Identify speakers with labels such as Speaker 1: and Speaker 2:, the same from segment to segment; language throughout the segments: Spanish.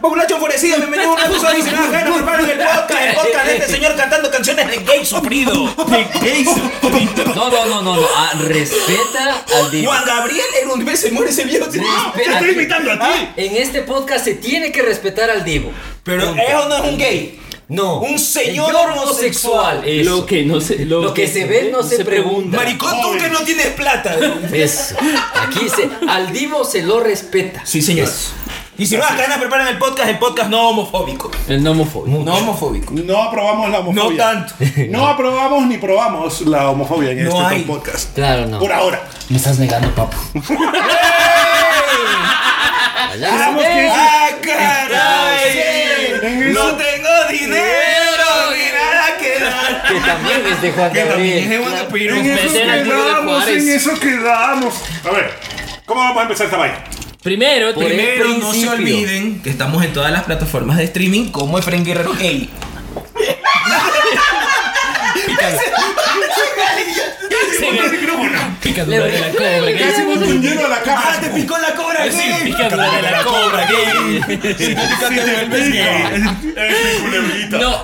Speaker 1: Populacho enfurecido, bienvenido a un episodio adicional acá en Los Hermanos del Podcast, el podcast de este señor cantando canciones de gay sufrido.
Speaker 2: No, no, no, no, no. ah, respeta al de-
Speaker 1: Juan Gabriel era un se muere ese viejo.
Speaker 2: Respe-
Speaker 3: te estoy imitando a ti.
Speaker 2: Ah, en este podcast se tiene que respetar al Divo.
Speaker 1: Pero
Speaker 2: Punto.
Speaker 1: eso no es un gay.
Speaker 2: No.
Speaker 1: Un señor homosexual.
Speaker 2: eso.
Speaker 4: Lo que no se,
Speaker 2: Lo que se ve no se pregunta.
Speaker 1: Maricón, tú
Speaker 3: Joven.
Speaker 1: que no tienes plata.
Speaker 2: Eso. Aquí se, al Divo se lo respeta.
Speaker 1: Sí, señor.
Speaker 2: Eso.
Speaker 1: Y si no, acá nos preparan el podcast, el podcast no homofóbico.
Speaker 4: El no homofóbico.
Speaker 1: No homofóbico.
Speaker 3: No aprobamos la homofobia.
Speaker 1: No tanto.
Speaker 3: No aprobamos ni probamos la homofobia en
Speaker 1: No
Speaker 3: este
Speaker 1: hay.
Speaker 3: podcast.
Speaker 2: Claro, no.
Speaker 3: Por ahora.
Speaker 2: Me estás negando, papu. Allá se
Speaker 3: Sabemos
Speaker 2: ve.
Speaker 3: que-
Speaker 1: ¡Ah, caray!
Speaker 3: En
Speaker 1: No
Speaker 3: eso-
Speaker 1: tengo dinero ni nada que dar.
Speaker 2: Que también es de Juan
Speaker 1: Que también es
Speaker 2: Gabriel.
Speaker 1: Juan Gabriel.
Speaker 3: En
Speaker 4: Nos
Speaker 3: eso
Speaker 4: meten al Diego de
Speaker 3: quedamos,
Speaker 4: Juárez.
Speaker 3: en eso quedamos. A ver, ¿cómo vamos a empezar esta vaina?
Speaker 4: Primero,
Speaker 2: Por
Speaker 4: primero.
Speaker 1: Pero no se
Speaker 2: principio.
Speaker 1: olviden que estamos en todas las plataformas de streaming como Efren Guerrero Gay.
Speaker 3: Ponte el micrófono.
Speaker 4: Picadura de la cobra.
Speaker 3: Le hacemos un lleno a la
Speaker 1: ¡Ah,
Speaker 3: caja.
Speaker 1: te picó la cobra gay!
Speaker 4: Picadura de la cobra.
Speaker 1: Si no
Speaker 3: Sí,
Speaker 1: te
Speaker 3: te
Speaker 1: vuelves gay.
Speaker 3: pica. Es mi culebrita.
Speaker 4: No,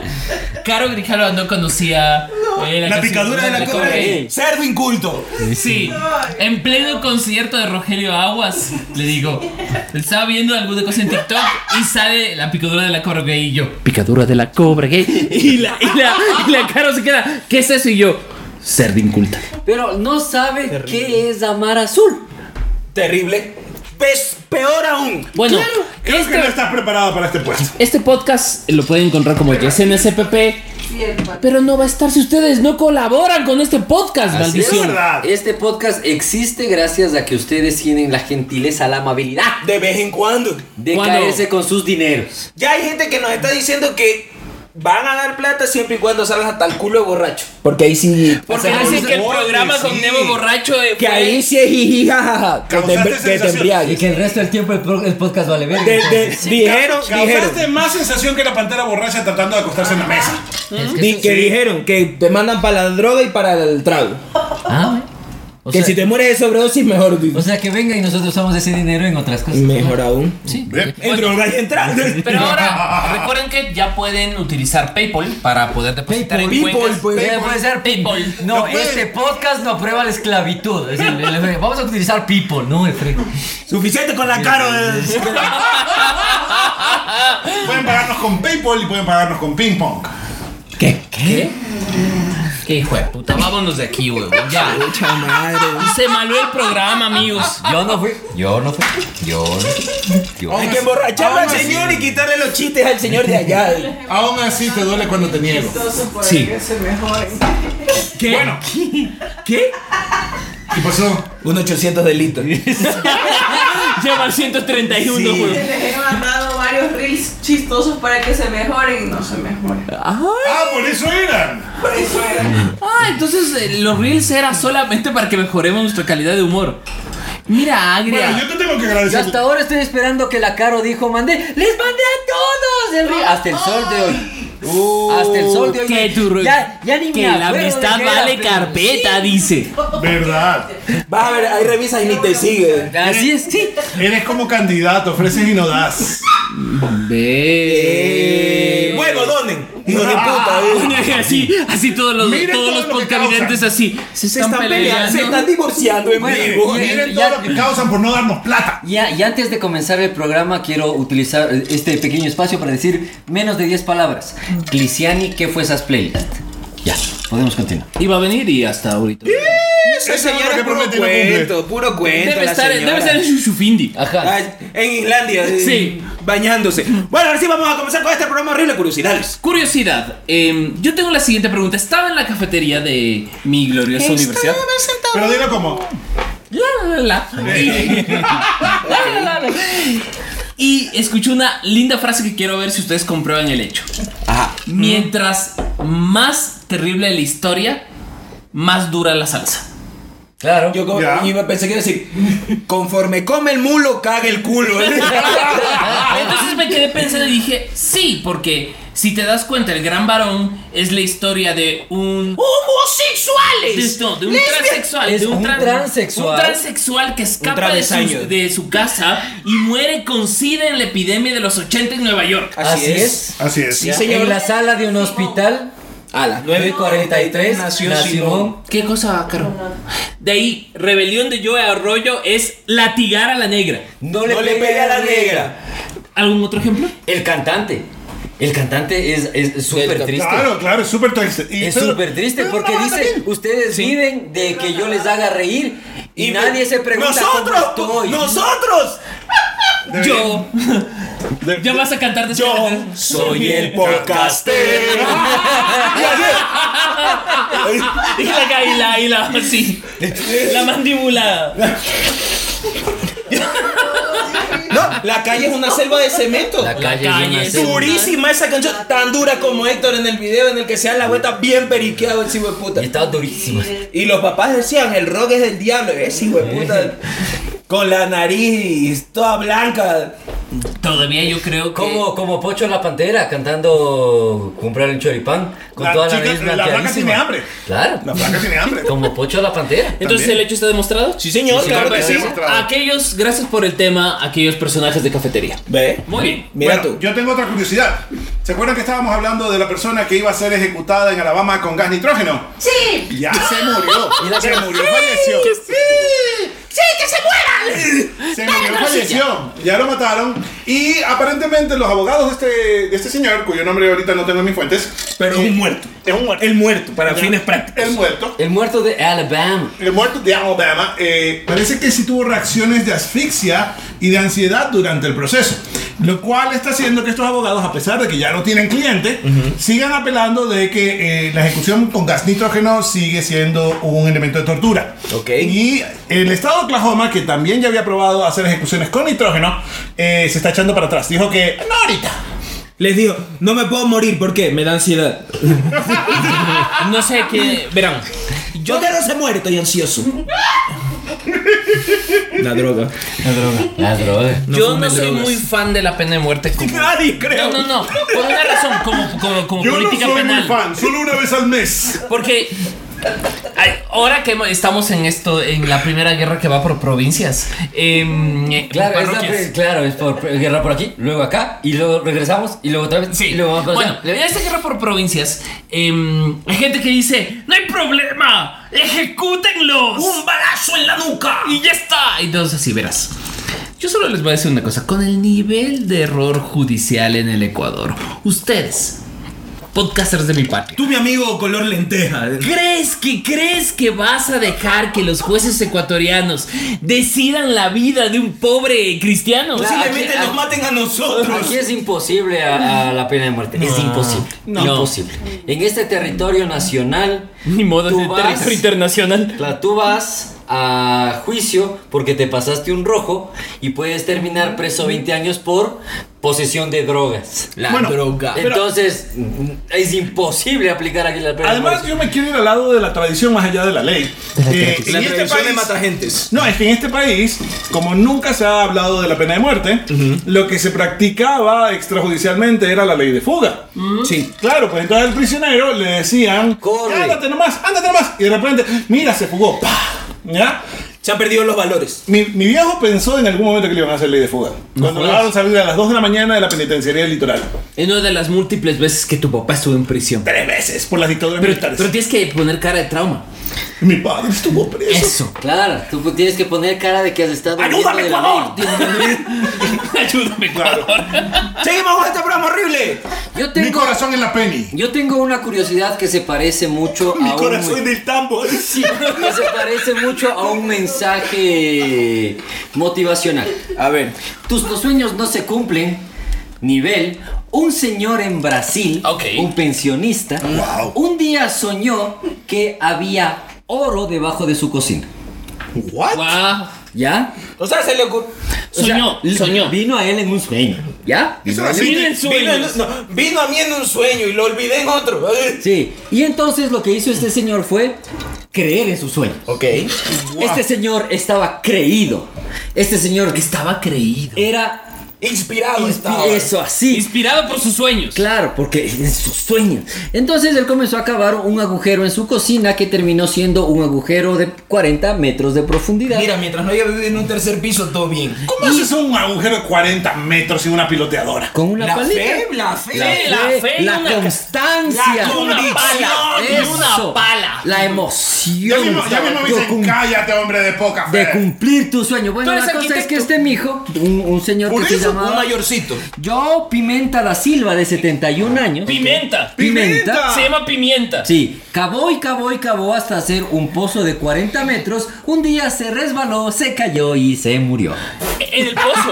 Speaker 4: Caro Grijalva no conocía eh,
Speaker 1: La
Speaker 4: canción
Speaker 1: picadura de la cobra gay. Cerdo inculto.
Speaker 4: Sí, en pleno concierto de Rogelio Aguas, le digo, estaba viendo alguna cosa en TikTok y sale la picadura de la cobra gay y yo. Picadura de la cobra gay. Y la, y la, y la Caro se queda, ¿qué es eso? Y yo, ser inculta.
Speaker 2: Pero no sabe qué es amar azul.
Speaker 1: Terrible. Pes- peor aún.
Speaker 4: Bueno,
Speaker 3: Creo que
Speaker 4: este,
Speaker 3: no estás preparada para este puesto.
Speaker 4: este podcast lo pueden encontrar como YSNSPP. Pero no va a estar si ustedes no colaboran con este
Speaker 2: Así
Speaker 4: podcast,
Speaker 2: es.
Speaker 4: maldición.
Speaker 3: verdad.
Speaker 2: Este podcast existe gracias a que ustedes tienen la gentileza, la amabilidad
Speaker 1: De vez en cuando.
Speaker 2: de
Speaker 4: ¿Cuándo?
Speaker 2: caerse con sus dineros.
Speaker 1: Ya hay gente que nos está diciendo que van a dar plata siempre y cuando salgas hasta el culo de borracho. Porque ahí sí.
Speaker 4: Porque
Speaker 1: hacemos-
Speaker 4: dicen que el
Speaker 1: Oye,
Speaker 4: programa con
Speaker 1: sí.
Speaker 4: Nemo Borracho eh,
Speaker 1: Que
Speaker 4: fue-
Speaker 1: ahí sí es jiji, jajaja, que te,
Speaker 3: Causaste
Speaker 1: embri- que te
Speaker 3: sensación.
Speaker 1: embriagues.
Speaker 2: el resto del tiempo el, podcast vale ver.
Speaker 1: De- de- dijeron, dijeron,
Speaker 3: Causaste más sensación que la pantera borracha tratando de acostarse en la mesa.
Speaker 1: di- que dijeron que te mandan para la droga y para el trago.
Speaker 2: Ah, o
Speaker 1: que si te mueres de sobredosis, mejor. di-
Speaker 2: sea que venga y nosotros usamos ese dinero en otras cosas.
Speaker 1: Mejor aún.
Speaker 3: ¿Ve?
Speaker 1: En droga y en trago.
Speaker 4: Pero ahora, recuerden que ya pueden utilizar PayPal para poder depositar en
Speaker 1: PayPal,
Speaker 4: cuentas.
Speaker 1: pues.
Speaker 2: Eh, puede ser people. No, este podcast no aprueba la esclavitud. Es el- el- el- vamos a utilizar people, ¿no, Efraín?
Speaker 1: Suficiente con la cara. de-
Speaker 3: Pueden pagarnos con PayPal y pueden pagarnos con Ping Pong.
Speaker 1: ¿Qué?
Speaker 4: ¿Qué? ¿Qué hijo de puta? Vámonos de aquí, huevón. Ya.
Speaker 1: Pucha madre.
Speaker 4: Se maló el programa, amigos.
Speaker 2: Yo no fui. Yo no fui. Yo no fui. Yo.
Speaker 1: Hay que emborracharlo al señor y quitarle los chistes al señor de allá.
Speaker 3: Aún así te duele cuando te niego.
Speaker 4: Sí.
Speaker 1: ¿Qué? Bueno. ¿Qué?
Speaker 3: ¿Qué pasó?
Speaker 1: Un 800 delitos.
Speaker 4: Llama al 131,
Speaker 1: Sí.
Speaker 4: huevón.
Speaker 5: Les he mandado varios reels chistosos para que se mejoren y no se mejoran.
Speaker 3: Ah, por eso eran.
Speaker 5: Por eso era.
Speaker 4: Ah, entonces eh, los reels era solamente para que mejoremos nuestra calidad de humor. Mira, Agria.
Speaker 3: Bueno, yo te tengo que
Speaker 2: Yo
Speaker 3: agradecer.
Speaker 2: hasta ahora estoy esperando que la Caro dijo mandé. ¡Les mandé a todos! el ri- hasta el sol de hoy. hasta el sol de hoy.
Speaker 4: que tu-
Speaker 2: ya, ya ni me
Speaker 4: eh. que la
Speaker 2: acuerdo de
Speaker 4: amistad
Speaker 2: qué era,
Speaker 4: vale
Speaker 2: pero-
Speaker 4: carpeta, dice.
Speaker 3: Verdad.
Speaker 1: Vas a ver, ahí revisas y ni te sigue.
Speaker 2: Así es, sí.
Speaker 3: Eres como candidato, ofreces y no das.
Speaker 4: Eh, Ve.
Speaker 1: Bueno, donen. Eh, Hijo de puta.
Speaker 3: Ah,
Speaker 1: eh.
Speaker 4: así, así todos los,
Speaker 3: Mira
Speaker 4: todos
Speaker 3: todo
Speaker 4: los
Speaker 3: lo que
Speaker 4: podcavidentes
Speaker 3: causan.
Speaker 4: así. Se
Speaker 1: Se están peleando, se están divorciando en vivo.
Speaker 2: y-
Speaker 3: Miren
Speaker 2: ya-
Speaker 3: todo lo que causan por no darnos plata.
Speaker 2: Y, a- y antes de comenzar el programa, quiero utilizar eh, este pequeño espacio para decir menos de 10 palabras. Cliciani, ¿qué fue esas playlists? Ya, podemos continuar.
Speaker 4: Iba a venir y hasta ahorita.
Speaker 1: Ese
Speaker 3: Eso es
Speaker 1: señor
Speaker 3: lo
Speaker 1: es
Speaker 3: que
Speaker 1: puro
Speaker 3: promete y no cumple.
Speaker 1: cuento, puro cuento.
Speaker 4: Debe
Speaker 1: la
Speaker 4: estar, debe
Speaker 1: señora.
Speaker 4: estar en Shushufindi.
Speaker 2: Ajá.
Speaker 1: Ay, en Islandia, eh,
Speaker 4: Sí.
Speaker 1: bañándose. Bueno, ahora sí vamos a comenzar con este programa horrible de curiosidades.
Speaker 4: Curiosidad, em, yo tengo la siguiente pregunta. Estaba en la cafetería de mi gloriosa universidad.
Speaker 3: Pero dilo como.
Speaker 4: La, la, la. Y, La, la, la, la. Y escuché una linda frase que quiero ver si ustedes comprueban el hecho.
Speaker 1: Ajá.
Speaker 4: Mientras más terrible la historia, más dura la salsa.
Speaker 2: Claro.
Speaker 1: Yo como-
Speaker 3: Ya.
Speaker 1: y me pensé que iba a decir, conforme come el mulo, caga el culo.
Speaker 4: Entonces me quedé pensando y dije, sí, porque si te das cuenta, el gran varón es la historia de un De
Speaker 6: homosexuales.
Speaker 4: esto, de un
Speaker 6: Lesbian-
Speaker 4: transexual.
Speaker 2: Es
Speaker 4: de
Speaker 2: un
Speaker 4: tran-
Speaker 2: transexual.
Speaker 4: Un transexual que escapa de
Speaker 1: travesaño.
Speaker 4: su, de su casa y muere con SIDA en la epidemia de los 80 en Nueva York.
Speaker 1: Así, es.
Speaker 3: Así es.
Speaker 1: Sí, señor.
Speaker 2: En la sala de un hospital,
Speaker 1: A las 9.43
Speaker 2: 9.43, nació,
Speaker 1: nació,
Speaker 2: Simón.
Speaker 1: Simón.
Speaker 4: ¿Qué cosa, Caro? De ahí, rebelión de Joe Arroyo es latigar a la negra.
Speaker 2: No le,
Speaker 1: No le
Speaker 2: pegué
Speaker 1: pegué
Speaker 2: a la negra.
Speaker 4: ¿Algún otro ejemplo?
Speaker 2: El cantante. El cantante es- es súper
Speaker 1: cantante.
Speaker 2: triste.
Speaker 3: Claro, claro, es súper triste. Y
Speaker 2: Es
Speaker 3: pero-
Speaker 2: súper triste
Speaker 3: pero
Speaker 2: porque
Speaker 3: no,
Speaker 2: dice,
Speaker 3: también.
Speaker 2: ustedes viven de que yo les haga reír y, nadie se pregunta
Speaker 1: ¡Nosotros!
Speaker 2: cómo estoy.
Speaker 1: ¡Nosotros!
Speaker 4: Yo.
Speaker 3: De-
Speaker 4: Ya vas a cantar después.
Speaker 1: Yo soy el podcaster.
Speaker 4: Y la ca- y la, y la, sí. La mandíbula.
Speaker 1: No, la calle es una selva de cemento.
Speaker 2: La calle,
Speaker 4: calle
Speaker 2: es
Speaker 4: es
Speaker 2: una selva.
Speaker 1: Durísima esa canción, tan dura como Héctor en el video en el que se da la vuelta bien periqueado el hijo de puta.
Speaker 2: Y estaba durísima.
Speaker 1: Y los papás decían, el rock es del diablo, ese hijo de puta. Con la nariz toda blanca.
Speaker 4: Todavía yo creo que.
Speaker 2: Como, como Pocho la Pantera cantando comprar un choripán con
Speaker 3: La
Speaker 2: toda la
Speaker 3: chica-
Speaker 2: nariz
Speaker 3: la flaca
Speaker 2: blanqueadísima.
Speaker 3: tiene hambre.
Speaker 2: Claro.
Speaker 3: La flaca tiene hambre.
Speaker 2: Como Pocho la Pantera.
Speaker 4: Entonces
Speaker 3: También.
Speaker 4: el hecho está demostrado.
Speaker 1: Sí, señor,
Speaker 3: Sí,
Speaker 1: claro que
Speaker 3: claro,
Speaker 1: sí.
Speaker 3: sí. Demostrado.
Speaker 4: Aquellos, gracias por el tema, aquellos personajes de cafetería.
Speaker 1: Ve,
Speaker 4: Muy bien.
Speaker 1: mira
Speaker 3: Bueno,
Speaker 1: tú.
Speaker 3: Yo tengo otra curiosidad. ¿Se acuerdan que estábamos hablando de la persona que iba a ser ejecutada en Alabama con gas nitrógeno?
Speaker 6: Sí,
Speaker 3: Ya se murió.
Speaker 2: la
Speaker 3: se
Speaker 2: que-
Speaker 3: murió, falleció.
Speaker 6: sí, que se mueran.
Speaker 3: Se murió, falleció. Ya lo mataron. Y aparentemente los abogados de este, de este señor, cuyo nombre ahorita no tengo en mis fuentes,
Speaker 1: Pero es un muerto.
Speaker 3: es un muerto.
Speaker 1: El muerto, para
Speaker 3: Ya.
Speaker 1: fines prácticos.
Speaker 3: El muerto.
Speaker 2: El muerto de Alabama.
Speaker 3: El muerto de Alabama eh, parece que sí tuvo reacciones de asfixia y de ansiedad durante el proceso, lo cual está haciendo que estos abogados, a pesar de que ya no tienen cliente, sigan apelando de que eh, la ejecución con gas nitrógeno sigue siendo un elemento de tortura.
Speaker 1: Ok.
Speaker 3: Y el estado de Oklahoma, que también ya había probado hacer ejecuciones con nitrógeno, eh, se está echando para atrás. Dijo que no ahorita.
Speaker 1: Les digo, no me puedo morir, ¿por qué? Me da ansiedad.
Speaker 4: No sé qué. Verán.
Speaker 1: Yo que no se muere, estoy ansioso. La droga.
Speaker 2: La droga.
Speaker 4: yo no soy muy fan de la pena de muerte como.
Speaker 1: Nadie
Speaker 4: No,
Speaker 1: creo.
Speaker 4: no, no. Por una razón, como, como, como política penal.
Speaker 3: solo una vez al mes.
Speaker 4: Porque ay, ahora que estamos en esto, en la primera guerra que va por provincias, em, eh,
Speaker 2: Claro, es la
Speaker 4: parroquias.
Speaker 2: pre- claro, es por pre- guerra por aquí, luego acá, y luego regresamos, y luego otra vez,
Speaker 4: Sí,
Speaker 2: y luego pues, vamos para
Speaker 4: bueno,
Speaker 2: allá.
Speaker 4: en esta guerra por provincias, em, hay gente que dice, no hay problema, ejecútenlos. Un balazo en la nuca. Y ya está. Entonces así verás. Yo solo les voy a decir una cosa, con el nivel de error judicial en el Ecuador, ustedes, podcasters de mi patria,
Speaker 1: Tú, mi amigo, color lenteja.
Speaker 4: ¿Crees que crees que vas a dejar que los jueces ecuatorianos decidan la vida de un pobre cristiano?
Speaker 2: Claro.
Speaker 1: Posiblemente
Speaker 2: aquí-
Speaker 1: nos
Speaker 2: aquí-
Speaker 1: maten a nosotros.
Speaker 2: Aquí es imposible a, a la pena de muerte. Es imposible.
Speaker 4: Ah. No.
Speaker 2: Imposible. En este territorio nacional.
Speaker 4: Ni modo,
Speaker 2: tú
Speaker 4: es de
Speaker 2: vas-
Speaker 4: territorio internacional.
Speaker 2: Claro, tú vas a juicio porque te pasaste un rojo y puedes terminar preso 20 años por posesión de drogas.
Speaker 1: La
Speaker 3: Bueno,
Speaker 1: droga.
Speaker 2: Entonces, mm, es imposible aplicar aquí la pena de
Speaker 3: Además,
Speaker 1: pues.
Speaker 2: muerte.
Speaker 3: yo me quiero ir al lado de la tradición más allá de la ley. Eh, en
Speaker 1: la
Speaker 3: este
Speaker 1: tradición de
Speaker 3: país-
Speaker 1: matagentes.
Speaker 3: No, es que en este país, como nunca se ha hablado de la pena de muerte, lo que se practicaba extrajudicialmente era la ley de fuga.
Speaker 1: Sí.
Speaker 3: Claro, pues entonces al prisionero le decían,
Speaker 2: Corre.
Speaker 3: ándate nomás, ándate nomás. Y de repente, mira, se fugó. ¡Pah! ¿Ya?
Speaker 1: Se han perdido los valores.
Speaker 3: Mi, mi viejo pensó en algún momento que le iban a hacer ley de fuga. cuando lo
Speaker 4: jodas.
Speaker 3: dejaron salir a las 2 de la mañana de la penitenciaría del litoral.
Speaker 4: En una de las múltiples veces que tu papá estuvo en prisión.
Speaker 3: Tres veces por las dictaduras
Speaker 4: Pero,
Speaker 3: militares.
Speaker 4: pero tienes que poner cara de trauma.
Speaker 3: mi padre estuvo preso.
Speaker 4: Eso.
Speaker 2: Claro, tú tienes que poner cara de que has estado.
Speaker 1: ¡Ayúdame,
Speaker 2: huyendo de la
Speaker 1: Ecuador!
Speaker 2: ley.
Speaker 4: Ayúdame, Ecuador.
Speaker 1: Seguimos con este programa horrible.
Speaker 2: Yo tengo,
Speaker 3: en la penny.
Speaker 2: yo tengo una curiosidad que se parece mucho a un.
Speaker 1: del tambo.
Speaker 2: Sí, que se parece mucho a un mensaje motivacional.
Speaker 1: A ver.
Speaker 2: Tus los sueños no se cumplen. Nivel, un señor en Brasil,
Speaker 4: Ok.
Speaker 2: un pensionista,
Speaker 3: Wow.
Speaker 2: un día soñó que había oro debajo de su cocina.
Speaker 3: ¿What?
Speaker 4: Guau.
Speaker 2: ¿Ya?
Speaker 1: O sea, se le ocurrió.
Speaker 2: O sea,
Speaker 4: Soñó,
Speaker 2: l-
Speaker 4: soñó.
Speaker 2: Vino a él en un sueño. ¿Ya?
Speaker 3: Eso
Speaker 2: Vino a él-
Speaker 3: así.
Speaker 4: Miren
Speaker 1: Vino, en-
Speaker 4: sueños.
Speaker 1: no, vino a mí en un sueño y lo olvidé en otro.
Speaker 2: Sí. Y entonces lo que hizo este señor fue creer en su sueño.
Speaker 1: Ok.
Speaker 2: Este señor estaba creído. Este señor
Speaker 4: Estaba creído.
Speaker 2: era
Speaker 1: Inspirado estaba.
Speaker 2: Eso así.
Speaker 4: Inspirado por sus sueños.
Speaker 2: Claro, porque es su sueño. Entonces él comenzó a cavar un agujero en su cocina que terminó siendo un agujero de 40 metros de profundidad.
Speaker 1: Mira, mientras no haya vivido en un tercer piso, todo bien.
Speaker 3: ¿Cómo haces un agujero de 40 metros sin una piloteadora?
Speaker 2: con una
Speaker 1: la
Speaker 2: palita.
Speaker 1: fe, la fe.
Speaker 2: La
Speaker 4: la
Speaker 2: fe,
Speaker 4: fe y
Speaker 2: la
Speaker 4: una-
Speaker 2: constancia,
Speaker 4: la convicción y una
Speaker 2: Eso.
Speaker 4: pala.
Speaker 2: la
Speaker 3: Ya
Speaker 2: emoción
Speaker 3: mismo, ya mismo me
Speaker 2: de
Speaker 3: dicen,
Speaker 2: cum-
Speaker 3: cállate, hombre de poca
Speaker 2: de
Speaker 3: fe.
Speaker 2: cumplir tu sueño. Bueno,
Speaker 4: Tú
Speaker 2: la
Speaker 4: eres
Speaker 2: cosa es
Speaker 4: arquitecto.
Speaker 2: que este mijo, un, un señor
Speaker 1: Por
Speaker 2: que se
Speaker 1: eso, un
Speaker 2: llamaba
Speaker 1: mayorcito.
Speaker 2: Joe Pimenta da Silva de 71 años.
Speaker 4: Pimenta.
Speaker 2: Pimenta.
Speaker 4: Se llama pimienta.
Speaker 2: Sí, cavó y cavó y cavó hasta hacer un pozo de 40 metros. Un día se resbaló, se cayó y se murió.
Speaker 4: E-, En el pozo.